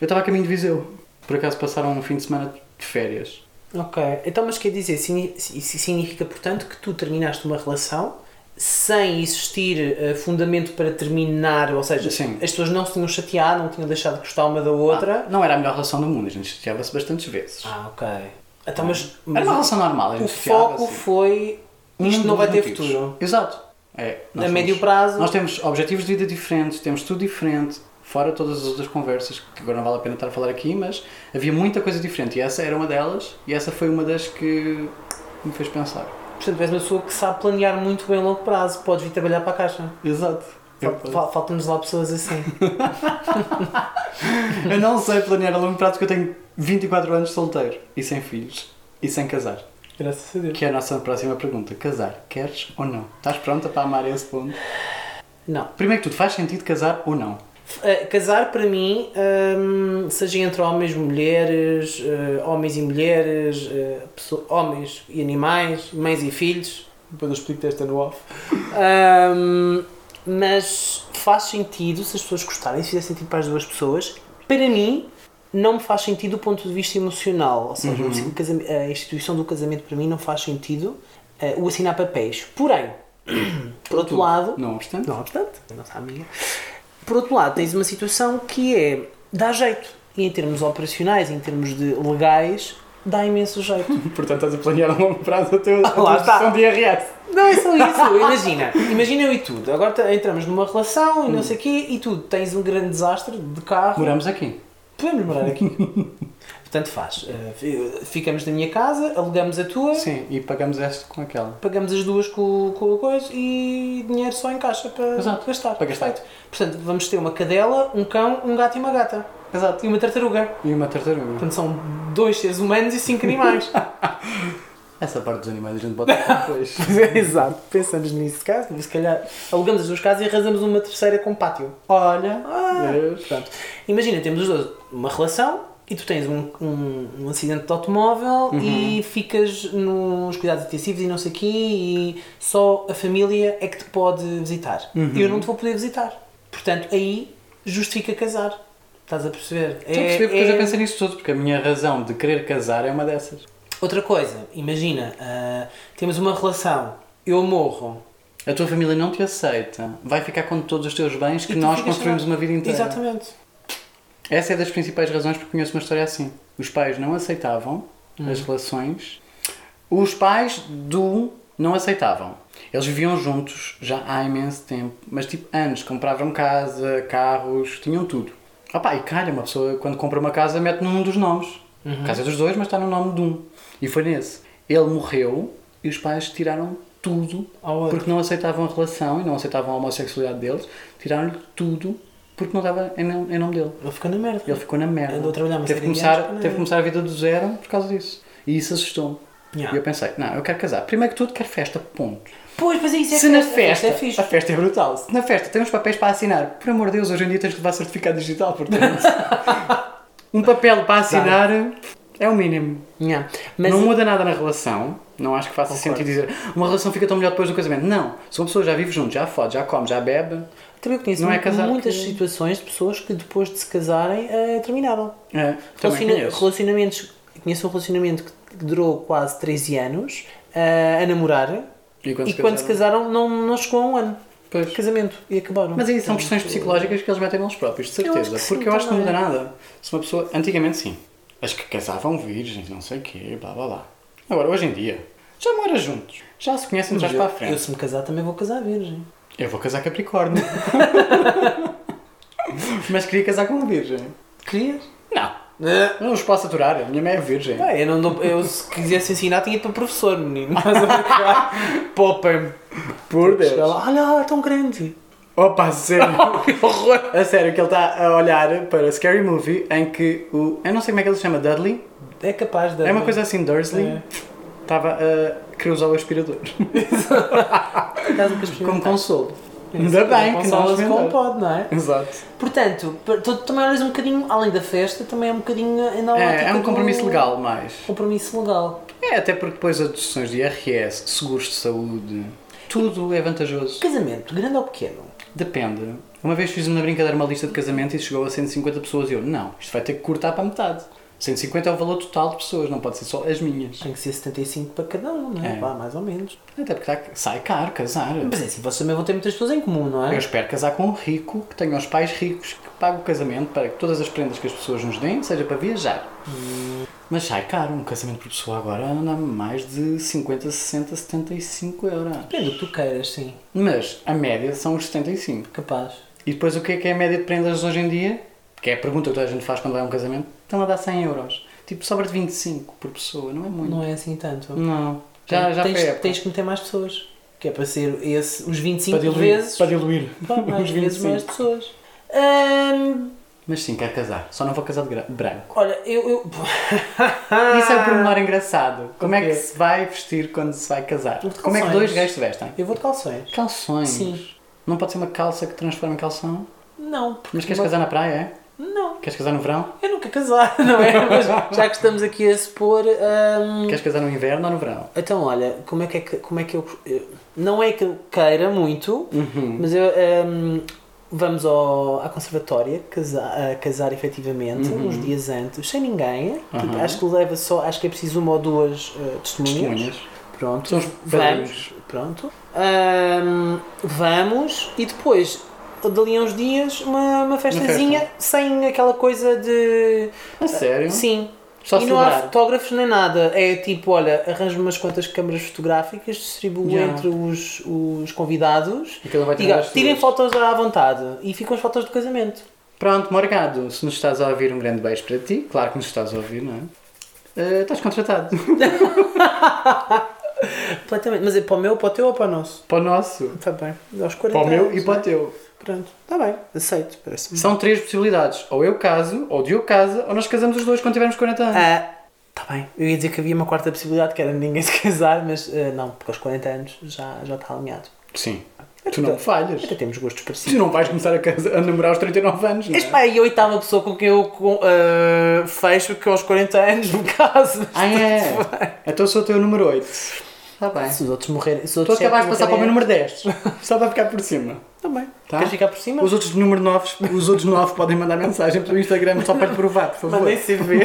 S1: eu estava a caminho de Viseu. Por acaso passaram um fim de semana de férias.
S2: Ok. Então, mas quer dizer, signi- isso significa, portanto, que tu terminaste uma relação sem existir eh, fundamento para terminar, ou seja,
S1: Sim.
S2: as pessoas não se tinham chateado, não tinham deixado de gostar uma da outra.
S1: Ah, não era a melhor relação do mundo, a gente chateava-se bastantes vezes.
S2: Ah, ok. Então, mas,
S1: era uma
S2: mas
S1: relação normal, a
S2: o
S1: gente chateava-se.
S2: foco foi isto não
S1: assim. Um dos
S2: vai ter
S1: motivos.
S2: futuro.
S1: Exato. É, nós
S2: a médio
S1: temos-
S2: prazo.
S1: Nós temos objetivos de vida diferentes, temos tudo diferente, fora todas as outras conversas, que agora não vale a pena estar a falar aqui, mas havia muita coisa diferente e essa era uma delas e essa foi uma das que me fez pensar.
S2: Portanto, és uma pessoa que sabe planear muito bem a longo prazo. Podes vir trabalhar para a caixa.
S1: Exato.
S2: Fal- fal- Faltam-nos lá pessoas assim.
S1: Eu não sei planear a longo prazo porque eu tenho 24 anos solteiro e sem filhos e sem casar.
S2: Graças a Deus.
S1: Que é a nossa próxima pergunta. Casar, queres ou não? Estás pronta para amar a esse ponto?
S2: Não.
S1: Primeiro que tudo, faz sentido casar ou não?
S2: Uh, casar para mim, um, seja entre homens e mulheres, uh, homens e mulheres, uh, pesso- homens e animais, mães e filhos, depois eu explico desta no off. Um, mas faz sentido se as pessoas gostarem, se fizer sentido para as duas pessoas. Para mim, não me faz sentido do ponto de vista emocional. Ou seja, o casam- a instituição do casamento para mim não faz sentido uh, o assinar papéis. Porém, por outro lado,
S1: Não obstante.
S2: não obstante, a nossa amiga. Por outro lado, tens uma situação que é dá jeito. E em termos operacionais, em termos de legais, dá imenso jeito.
S3: Portanto, estás a planear a longo prazo a tua, a
S2: Ah,
S3: tua
S2: lá está.
S3: sessão de IRS.
S2: Não, é só isso. Imagina, imagina eu e tudo. Agora t- entramos numa relação e não sei o quê e tudo. Tens um grande desastre de carro.
S1: Moramos aqui.
S2: Podemos morar aqui. Portanto, faz. Eh, fi- ficamos na minha casa, alugamos a tua,
S1: Sim, e pagamos este com aquela.
S2: pagamos as duas com, com a coisa e dinheiro só em caixa para
S1: Exato,
S2: gastar.
S1: para gastar.
S2: Perfeito. Portanto, vamos ter uma cadela, um cão, um gato e uma gata.
S1: Exato.
S2: E uma tartaruga.
S1: E uma tartaruga.
S2: Portanto, são dois seres humanos e cinco animais.
S1: Essa parte dos animais a gente bota depois.
S2: é, Exato. Pensamos nisso caso. Se calhar alugamos as duas casas e arranjamos uma terceira com pátio.
S1: Olha.
S2: Ah.
S3: Deus.
S2: Portanto, imagina, temos os dois uma relação e tu tens um, um, um acidente de automóvel
S1: Uhum.
S2: e ficas nos cuidados intensivos e não sei o quê e só a família é que te pode visitar.
S1: Uhum.
S2: Eu não te vou poder visitar. Portanto, aí justifica casar. Estás a perceber?
S1: Estou a perceber porque eu
S2: é-
S1: já pensei nisso tudo, porque a minha razão de querer casar é uma dessas.
S2: Outra coisa, imagina, ah, temos uma relação, eu morro.
S1: A tua família não te aceita, vai ficar com todos os teus bens que
S2: e tu
S1: nós
S2: ficas
S1: construímos
S2: sem
S1: uma
S2: nada.
S1: vida inteira.
S2: Exatamente.
S1: Essa é das principais razões porque conheço uma história assim. Os pais não aceitavam
S2: Hum.
S1: as relações. Os pais do não aceitavam. Eles viviam juntos já há imenso tempo, mas tipo anos. Compravam casa, carros, tinham tudo. Opa, e calha, uma pessoa quando compra uma casa mete num dos nomes.
S2: Uhum.
S1: Casa é dos dois, mas está no nome de um. E foi nesse. Ele morreu e os pais tiraram tudo
S2: Ao outro.
S1: porque não aceitavam a relação e não aceitavam a homossexualidade deles. Tiraram-lhe tudo porque não estava em nome- em nome dele.
S2: Ele fica na merda.
S1: Ele ficou na merda.
S2: Andou a trabalhar uma
S1: teve que
S2: série de
S1: começar,
S2: anos,
S1: Teve que começar a vida do zero por causa disso. E isso assustou-me.
S2: Yeah.
S1: E eu pensei, não, eu quero casar. Primeiro que tudo, quero festa, ponto.
S2: Pois, mas é isso é
S1: Se
S2: que-
S1: na
S2: a
S1: festa,
S2: é fixe.
S1: a festa é brutal. Se na festa temos papéis para assinar, por amor de Deus, hoje em dia tens que levar certificado digital, portanto. um papel
S2: Tá.
S1: para assinar é o mínimo.
S2: Yeah. Mas
S1: não muda nada na relação. Não acho que faça
S2: Concordo.
S1: sentido dizer uma relação fica tão melhor depois do casamento. Não. Se uma pessoa já vive junto, já fode, já come, já bebe.
S2: Também conheço
S1: Não é
S2: mu-
S1: casar
S2: muitas
S1: que-
S2: situações de pessoas que depois de se casarem eh, terminaram.
S1: É, também
S2: Relaciona-
S1: conheço.
S2: Relacionamentos, conheço um relacionamento que durou quase 13 anos eh, a namorar
S1: E quando
S2: e
S1: se
S2: quando se casaram não, não chegou a um ano
S1: Pois.
S2: de casamento e acabaram.
S1: Mas aí são questões psicológicas que eles metem neles próprios, de
S2: Eu acho
S1: certeza.
S2: que sim, tá
S1: porque eu acho que não muda
S2: também.
S1: nada. Se uma pessoa. Antigamente sim. As que casavam virgens, não sei o quê, blá blá blá. Agora, hoje em dia, já moram juntos. Já se conhecem de trás
S2: eu,
S1: para a frente.
S2: eu se me casar também vou casar virgem.
S1: Eu vou casar Capricórnio. Mas queria casar com uma virgem.
S2: Querias?
S1: Não. Não os posso aturar. A minha mãe é virgem.
S2: Ah, É. eu, não dou- eu se quisesse ensinar tinha para professor, menino. Mas a brincar, poupem-me.
S1: Por Deus.
S2: Chega lá, Olha, é tão grande.
S1: Opa, a sério. que horror. A sério, que ele está a olhar para Scary Movie em que o. Eu não sei como é que ele se chama, Dudley.
S2: É capaz de.
S1: É uma coisa assim, Dursley
S2: É.
S1: estava a querer usar o aspirador como consolo. Ainda bem que não
S2: Consola-se como
S1: experimentei.
S2: pode, não é?
S1: Exato.
S2: Portanto, per- tu também olhas um bocadinho, além da festa, também é um bocadinho na ótica
S1: É, é um
S2: do-
S1: compromisso legal, mais.
S2: Compromisso legal.
S1: É, até porque depois as deduções de IRS, seguros de saúde, tudo é vantajoso.
S2: Casamento, grande ou pequeno?
S1: Depende. Uma vez fiz-me na brincadeira uma lista de casamento e chegou a 150 pessoas e eu, não, isto vai ter que cortar para metade. 150 é o valor total de pessoas, não pode ser só as minhas.
S2: Tem que ser 75 para cada um, não é?
S1: É.
S2: Vá, mais ou menos.
S1: Até porque tá- sai caro casar.
S2: Mas é assim, vocês também vão ter muitas pessoas em comum, não
S1: Eu
S2: é?
S1: espero casar com um rico, que tenha os pais ricos, que pague o casamento para que todas as prendas que as pessoas nos deem seja para viajar. Mas sai caro, um casamento por pessoa agora anda a mais de 50, 60, 75 euros.
S2: Depende do que tu queiras, sim.
S1: Mas a média são os 75.
S2: Capaz.
S1: E depois o que é que é a média de prendas hoje em dia? Que é a pergunta que toda a gente faz quando vai a um casamento. Estão a dar 100 euros. Tipo, sobra de 25 por pessoa, não é muito.
S2: Não é assim tanto.
S1: Não. Hum, Já, já foi a
S2: tens,
S1: época.
S2: tens que meter mais pessoas. Que é para ser esse, os 25
S1: para diluir.
S2: vezes.
S1: Para diluir.
S2: Pá, mais
S1: Os
S2: vezes
S1: 25.
S2: é mais pessoas. Ahm,
S1: Mas sim, quero casar. Só não vou casar de gra- branco.
S2: olha, eu. eu...
S1: Isso é um pormenor engraçado. Como é
S2: Ah. Ok.
S1: que se vai vestir quando se vai casar?
S2: Calções.
S1: Como é que dois gajos se vestem?
S2: Eu vou de calções.
S1: Calções.
S2: Sim.
S1: Não pode ser uma calça que transforma em calção?
S2: Não. porque
S1: Mas queres
S2: uma-
S1: casar na praia, é?
S2: Não.
S1: Queres casar no verão?
S2: Eu nunca casar, não é? Mas já que estamos aqui a supor. hum,
S1: Queres casar no inverno ou no verão?
S2: Então, olha, como é que, é que- como é que eu, eu- Não é que eu queira muito, mas eu. hum, vamos ao, à conservatória casar, a casar efetivamente,
S1: Uhum.
S2: uns dias antes, sem ninguém. Tipo, acho que leva só. Acho que é preciso uma ou duas eh, testemunhas.
S1: Testemunhas.
S2: Pronto.
S1: São os padrinhos.
S2: Vamos, pronto. Ahm, vamos e depois, dali a uns dias, uma, uma festazinha sem aquela coisa de.
S1: A sério?
S2: Sim.
S1: Só
S2: e não há
S1: celebrar.
S2: fotógrafos nem nada. É tipo, olha, arranjo umas quantas câmaras fotográficas, distribuo
S1: Yeah.
S2: entre os, os convidados
S1: E cada um vai
S2: diga,
S1: tirar as
S2: tirem
S1: suas.
S2: fotos à vontade e ficam as fotos do casamento.
S1: Pronto, Morgado, se nos estás a ouvir, um grande beijo para ti. Claro que nos estás a ouvir, não é? Eh, estás contratado.
S2: Completamente. Mas é para o meu, para o teu ou para o nosso?
S1: para o nosso.
S2: Está bem. Aos 40
S3: Para o meu
S2: anos,
S3: e para
S2: né?
S3: o teu.
S2: Pronto, está bem. Aceito, parece-me.
S1: São três possibilidades. Ou eu caso, ou o Diogo casa, ou nós casamos os dois quando tivermos 40 anos.
S2: Ah, Está bem. Eu ia dizer que havia uma quarta possibilidade, que era ninguém se casar, mas ah, não, porque aos 40 anos já, já está alinhado.
S1: Sim.
S3: Tu não falhas.
S2: Até temos gostos
S3: Tu
S2: parecidos.
S3: não vais começar a, casa, a namorar aos 39 anos, não
S2: És
S3: é?
S2: pá, e a oitava pessoa com quem eu com, ah, fecho que aos 40 anos, no caso.
S1: Ah, é? Então sou o teu número 8. Está bem. é
S2: Se os outros morrerem. Se os
S1: Tu
S2: outros
S1: acabaste de passar para o meu número 10.
S3: Só vai ficar por cima.
S2: Também.
S1: Tá?
S2: Queres ficar por cima?
S1: Os outros número 9, os outros 9 podem mandar mensagem para o Instagram só para lhe provar, por favor.
S2: Mandei CV.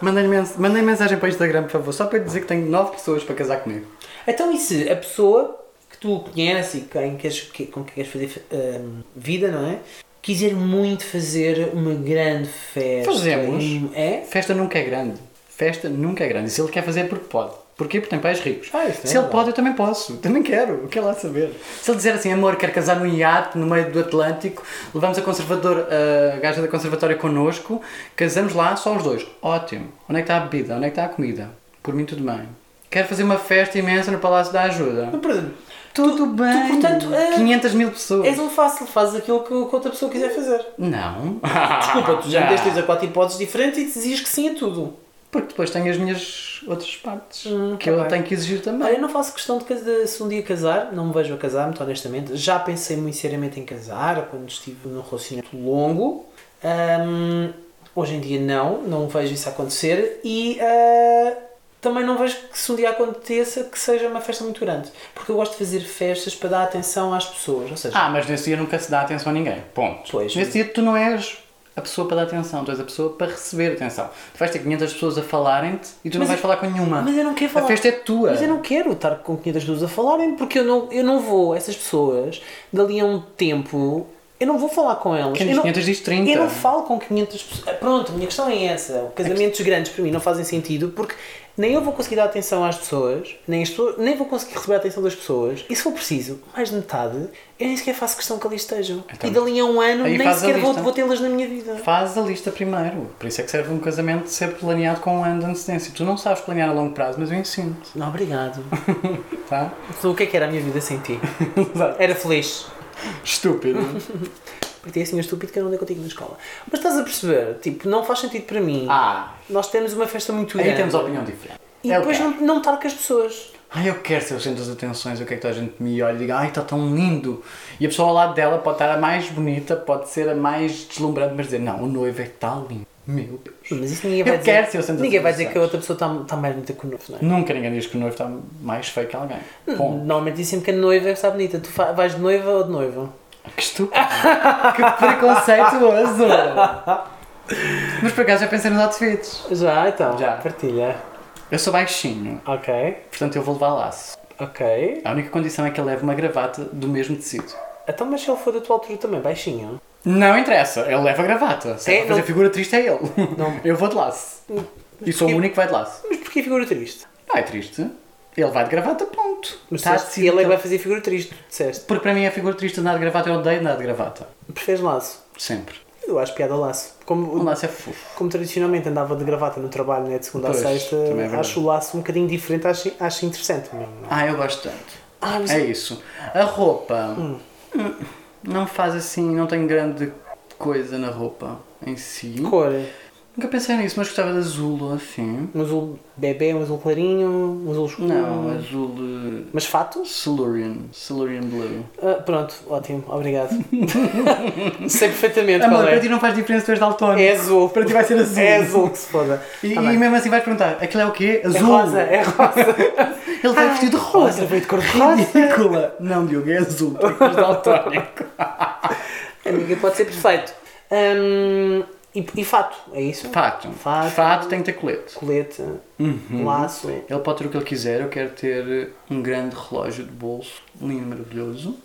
S1: Mandem, mens mandem mensagem para o Instagram, por favor, só para lhe dizer que tenho 9 pessoas para casar comigo.
S2: então, e se a pessoa que tu conheces e quem queres, que- com quem queres fazer ah, vida, não é? Quiser muito fazer uma grande festa.
S1: Fazemos.
S2: e- É?
S1: Festa nunca é grande. Festa nunca é grande. E se ele quer fazer é porque pode. Porquê? Porque tem pais ricos.
S2: Ah, isso é
S1: se ele
S2: verdade.
S1: pode, eu também posso. Também quero. O que é lá saber? Se ele dizer assim, amor, quero casar num iate no meio do Atlântico, levamos a conservador, a gaja da conservatória connosco, casamos lá só os dois. Ótimo. Onde é que está a bebida? Onde é que está a comida? Por mim, tudo bem. Quero fazer uma festa imensa no Palácio da Ajuda.
S2: Mas, por exemplo,
S1: Tudo bem.
S2: portanto, ah,
S1: 500 mil pessoas.
S2: És um fácil, fazes aquilo que, que outra pessoa quiser fazer.
S1: Não.
S2: Desculpa, tu já me deste 3 a 4 hipóteses diferentes e dizias que sim a tudo.
S1: Porque depois tenho as minhas outras partes
S2: Hum,
S1: que
S2: tá
S1: eu
S2: bem.
S1: tenho que exigir também.
S2: Olha, eu não faço questão de, cas- de se um dia casar, não me vejo a casar, muito honestamente. Já pensei muito seriamente em casar quando estive num relacionamento longo. Ahm, hoje em dia não, não vejo isso acontecer e ah, também não vejo que se um dia aconteça que seja uma festa muito grande. Porque eu gosto de fazer festas para dar atenção às pessoas, ou seja,
S1: Ah, mas nesse dia nunca se dá atenção a ninguém. Ponto.
S2: Pois.
S1: Nesse dia tu não és a pessoa para dar atenção, tu és a pessoa para receber atenção. Tu vais ter 500 pessoas a falarem-te e tu não
S2: Mas
S1: vais
S2: eu-
S1: falar com nenhuma.
S2: mas eu não quero falar.
S1: A festa é tua.
S2: Mas eu não quero estar com 500 pessoas a falarem, porque eu não, eu não vou, essas pessoas, dali a um tempo, eu não vou falar com elas.
S1: Quem
S2: eu
S1: diz
S2: não,
S1: 500 diz 30.
S2: Eu não falo com 500 pessoas. Ah, Pronto, a minha questão é essa. Casamentos grandes para mim não fazem sentido, porque nem eu vou conseguir dar atenção às pessoas, nem, as pessoas, nem vou conseguir receber a atenção das pessoas, e se for preciso, mais de metade, eu nem sequer faço questão que ali estejam.
S1: Então,
S2: e dali a um ano,
S1: aí
S2: nem
S1: fazes a
S2: sequer vou,
S1: lista.
S2: vou tê-las na minha vida.
S1: Faz a lista primeiro. Por isso é que serve um casamento de ser planeado com um ano de antecedência. Tu não sabes planear a longo prazo, mas eu ensino-te,
S2: Não, obrigado.
S1: tá?
S2: Então, o que é que era a minha vida sem ti?
S1: Exato.
S2: Era feliz.
S1: Estúpido.
S2: Porque é assim um estúpido que eu não andei contigo na escola. Mas estás a perceber? Tipo, não faz sentido para mim.
S1: ah,
S2: Nós temos uma festa muito grande.
S1: aí temos opinião diferente.
S2: E
S1: É o
S2: depois
S1: quê?
S2: não, não estar com as pessoas.
S1: Ai, eu quero ser o centro das atenções, eu quero que toda a gente me olhe e diga, ai, está tão lindo. E a pessoa ao lado dela pode estar a mais bonita, pode ser a mais deslumbrante, mas dizer, não, o noivo é que está lindo. Meu Deus.
S2: Mas isso ninguém
S1: Eu
S2: vai dizer.
S1: quero ser o centro das
S2: Ninguém vai dizer
S1: atenções.
S2: que a outra pessoa está, está mais bonita que o noivo, não é?
S1: Nunca ninguém diz que o noivo está mais feio que alguém. Bom,
S2: Normalmente dizem sempre que a noiva é que está bonita. Tu fa- vais de noiva ou de noivo?
S1: que estúpido. que preconceituoso. mas por acaso já pensei nos outfits.
S2: Já, então.
S1: Já.
S2: Partilha.
S1: Eu sou baixinho,
S2: Ok.
S1: portanto eu vou levar laço.
S2: Ok.
S1: A única condição é que eu leve uma gravata do mesmo tecido.
S2: Então, mas se ele for da tua altura também, baixinho.
S1: Não interessa, ele leva a gravata. Se
S2: É,
S1: é, fazer
S2: não-
S1: figura triste é ele.
S2: Não.
S1: Eu vou de laço. E sou o
S2: porquê-
S1: único que vai de laço.
S2: Mas porquê figura triste?
S1: Ah, é triste. Ele vai de gravata, ponto.
S2: Mas
S1: Tá
S2: disseste,
S1: decidido
S2: ele é que
S1: que
S2: vai
S1: ele-
S2: fazer figura triste, tu disseste.
S1: Porque para mim é figura triste andar de gravata, eu odeio andar de gravata.
S2: Preferes laço.
S1: Sempre.
S2: Eu acho piada ao laço.
S1: Um
S2: Como,
S1: laço é fofo.
S2: como tradicionalmente andava de gravata no trabalho, né, de segunda
S1: Pois,
S2: a sexta,
S1: também é verdade.
S2: acho o laço um bocadinho diferente, acho, acho interessante mesmo. é?
S1: Ah, eu gosto tanto.
S2: Ah, mas
S1: É isso. A roupa. Hum, Não faz assim, não tem grande coisa na roupa em si.
S2: cor.
S1: Nunca pensei nisso, mas gostava de azul assim.
S2: Um azul bebê, um azul clarinho, um azul escuro.
S1: Não, azul. eh,
S2: Mas fatos?
S1: Silurian. Silurian Blue.
S2: Ah, pronto, ótimo, obrigado. Sei perfeitamente
S1: Amor,
S2: qual
S1: para
S2: é.
S1: ti não faz diferença, tu és daltónico.
S2: É azul.
S1: Para ti vai ser azul.
S2: É azul que se foda.
S1: E,
S2: Tá
S1: e
S2: bem.
S1: mesmo assim vais perguntar, aquilo é o quê?
S2: é
S1: Azul?
S2: rosa, é rosa.
S1: Ele vai vestido de rosa.
S2: Rosa, veio de cor de rosa.
S1: Ridícula. Não, Diogo, é azul. Tu és daltónico.
S2: Amiga, pode ser perfeito. Hum, e, e fato, é isso?
S1: Fato.
S2: Fato.
S1: Fato tem que ter colete.
S2: Colete,
S1: Uhum.
S2: laço.
S1: Ele pode ter o que ele quiser. Eu quero ter um grande relógio de bolso, lindo, maravilhoso.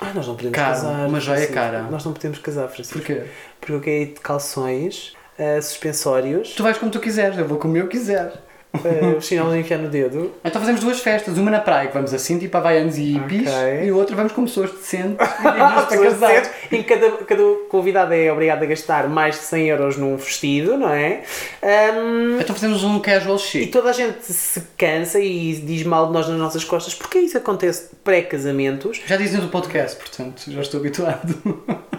S2: Ah, nós não podemos
S1: Caro,
S2: casar.
S1: uma joia
S2: Francisco.
S1: cara.
S2: Nós não podemos casar, Francisco.
S1: Porquê?
S2: Porque eu quero ir de calções, ah, suspensórios,
S3: Tu vais como tu quiseres, eu vou como eu quiser.
S2: ah, os sinais de enfiar no dedo.
S1: Então fazemos duas festas, uma na praia, que vamos assim, tipo havaianos e hippies,
S2: Ok.
S1: e outra vamos com pessoas decentes
S2: As
S1: e
S2: pessoas
S1: casados.
S2: decentes, em que cada, cada convidado é obrigado a gastar mais de 100 euros num vestido, não é? Ahm,
S1: Então fazemos um casual
S2: e
S1: chic.
S2: toda a gente se cansa e diz mal de nós nas nossas costas, porque isso acontece pré-casamentos.
S1: Já dizem do podcast, portanto, já estou habituado.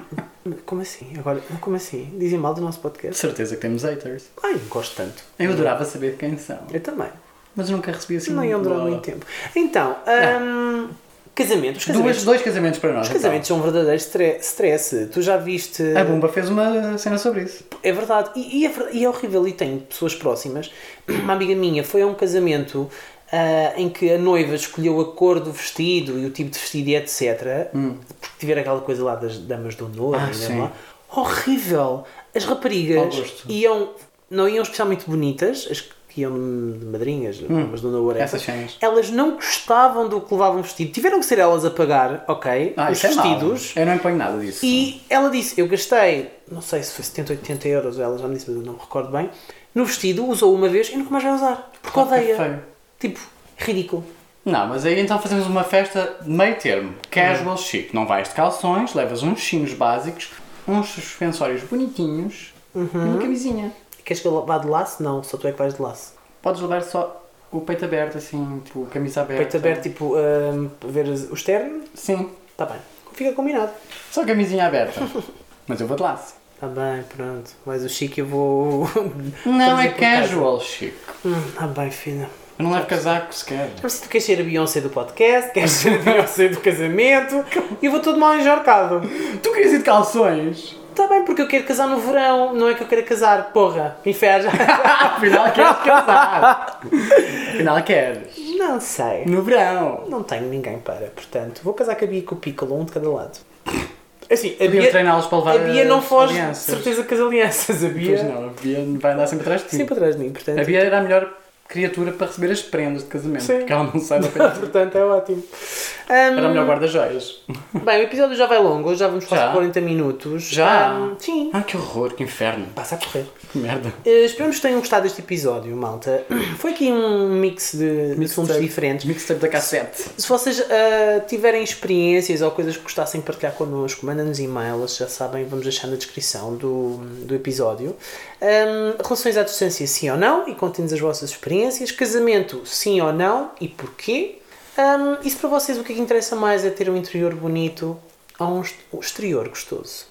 S2: Como assim? Agora, como assim? Dizem mal do nosso
S3: De
S2: podcast?
S3: certeza que temos haters.
S2: Ai, não gosto tanto.
S1: Eu adorava saber quem são,
S2: Eu também.
S1: mas eu nunca recebi assim
S2: Não iam durar
S1: bola.
S2: muito tempo. Então, ahm, casamentos. Os casamentos,
S1: Duas, dois casamentos para nós.
S2: os
S1: então. É
S2: casamentos são um verdadeiro stre- stress. Tu já viste.
S1: A Bumba fez uma cena sobre isso.
S2: É verdade. E, e é, ver- e é horrível. E tenho pessoas próximas. Uma amiga minha foi a um casamento ah, em que a noiva escolheu a cor do vestido e o tipo de vestido e etc. Porque tiver aquela coisa lá das damas do honor.
S1: Hum. Ah,
S2: e
S1: sim.
S2: lá. Horrível! As
S1: Ao
S2: raparigas
S1: gosto.
S2: iam. Não iam especialmente bonitas. As que iam de madrinhas, damas do honor, whatever.
S1: Hum. Essas cenas.
S2: Elas não gostavam do que levavam vestido. Tiveram que ser elas a pagar, ok?
S1: Ah,
S2: os
S1: isso é mau.
S2: vestidos.
S1: Eu não ponho nada disso.
S2: E ela disse: Eu gastei, não sei se foi 70, 80 euros, ela já me disse, mas eu não me recordo bem. No vestido, usou uma vez e nunca mais vai usar. Porque
S1: Claro que é feio.
S2: odeia. Tipo, ridículo.
S1: Não, mas aí então fazemos uma festa de meio termo. Casual
S2: Hum.
S1: chic. Não vais de calções, levas uns chinos básicos, uns suspensórios bonitinhos e
S2: Uhum.
S1: uma camisinha.
S2: Queres que eu vá de laço? Não, só tu é que vais de laço.
S1: Podes levar só o peito aberto, assim, tipo, camisa aberta.
S2: Peito aberto, tipo, hum, para ver os- o externo,
S1: Sim,
S2: está bem. Fica combinado.
S1: só camisinha aberta. mas eu vou de laço.
S2: Está bem, pronto. Mas o chique eu vou.
S1: Não
S2: fazer
S1: é
S2: por casa.
S1: casual chic.
S2: Hum, Está bem, filha.
S1: Eu não levo casaco sequer.
S2: Mas se tu queres ser a Beyoncé do podcast, queres ser a Beyoncé do casamento, e eu vou todo mal enjorcado.
S1: Tu querias ir de calções?
S2: Está Tá bem, porque eu quero casar no verão, não é que eu quero casar, porra, inferno.
S1: Ah, Afinal queres casar. Afinal queres.
S2: não sei.
S1: No verão.
S2: Não tenho ninguém para, portanto, vou casar com a Bia e com o Piccolo, um de cada lado. Assim, a
S1: Podiam
S2: Bia,
S1: treiná-los para levar
S2: a Bia não
S1: as
S2: foge de
S1: alianças.
S2: certeza com as alianças, a Bia.
S1: Pois não, a Bia vai andar sempre atrás de ti.
S2: Sempre atrás de mim, portanto.
S1: A Bia era a melhor criatura para receber as prendas de casamento,
S2: Sim.
S1: porque ela não sai da frente.
S2: portanto, é ótimo.
S1: Era a
S2: Hum,
S1: melhor guarda-joias.
S2: Bem, o episódio já vai longo, já vamos
S1: Já?
S2: quase 40 minutos.
S1: Já?
S2: Hum, sim.
S1: Ah, que horror, que inferno.
S2: Passa a correr.
S1: Que merda.
S2: Uh, esperamos que tenham gostado deste episódio, malta. Foi aqui um mix de, de assuntos
S1: Mixtape.
S2: diferentes.
S1: Mixtape da cassete.
S2: Se vocês ah, tiverem experiências ou coisas que gostassem de partilhar connosco, mandem-nos e-mail, elas já sabem, vamos deixar na descrição do, do episódio. Ahm, relações à distância, sim ou não, e contem-nos as vossas experiências. Casamento, sim ou não, e porquê. Ahm, e se para vocês o que é que interessa mais é ter um interior bonito ou um est- um exterior gostoso?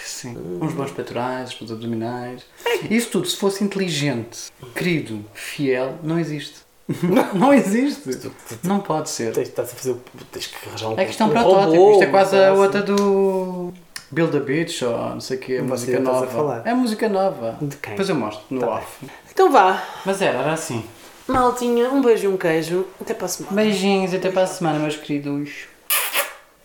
S1: Sim. Uns bons peitorais, uns abdominais.
S2: É
S1: Isso tudo, se fosse inteligente, querido, fiel, não existe. não existe. Não pode ser.
S2: Tens, estás a fazer, tens que arranjar um
S1: É questão
S2: um
S1: protótipo.
S2: robô,
S1: Isto é quase a
S2: assim.
S1: outra do. Build a Bitch ou não sei o que, a
S2: faço
S1: música
S2: ideia do que
S1: nova.
S2: estás a falar.
S1: É música nova.
S2: De quem?
S1: Depois eu mostro no
S2: Tá
S1: off.
S2: Então vá,
S1: Mas era, era assim.
S2: maltinha, um beijo e um queijo. Até para a semana.
S1: Beijinhos, até para a semana, meus queridos.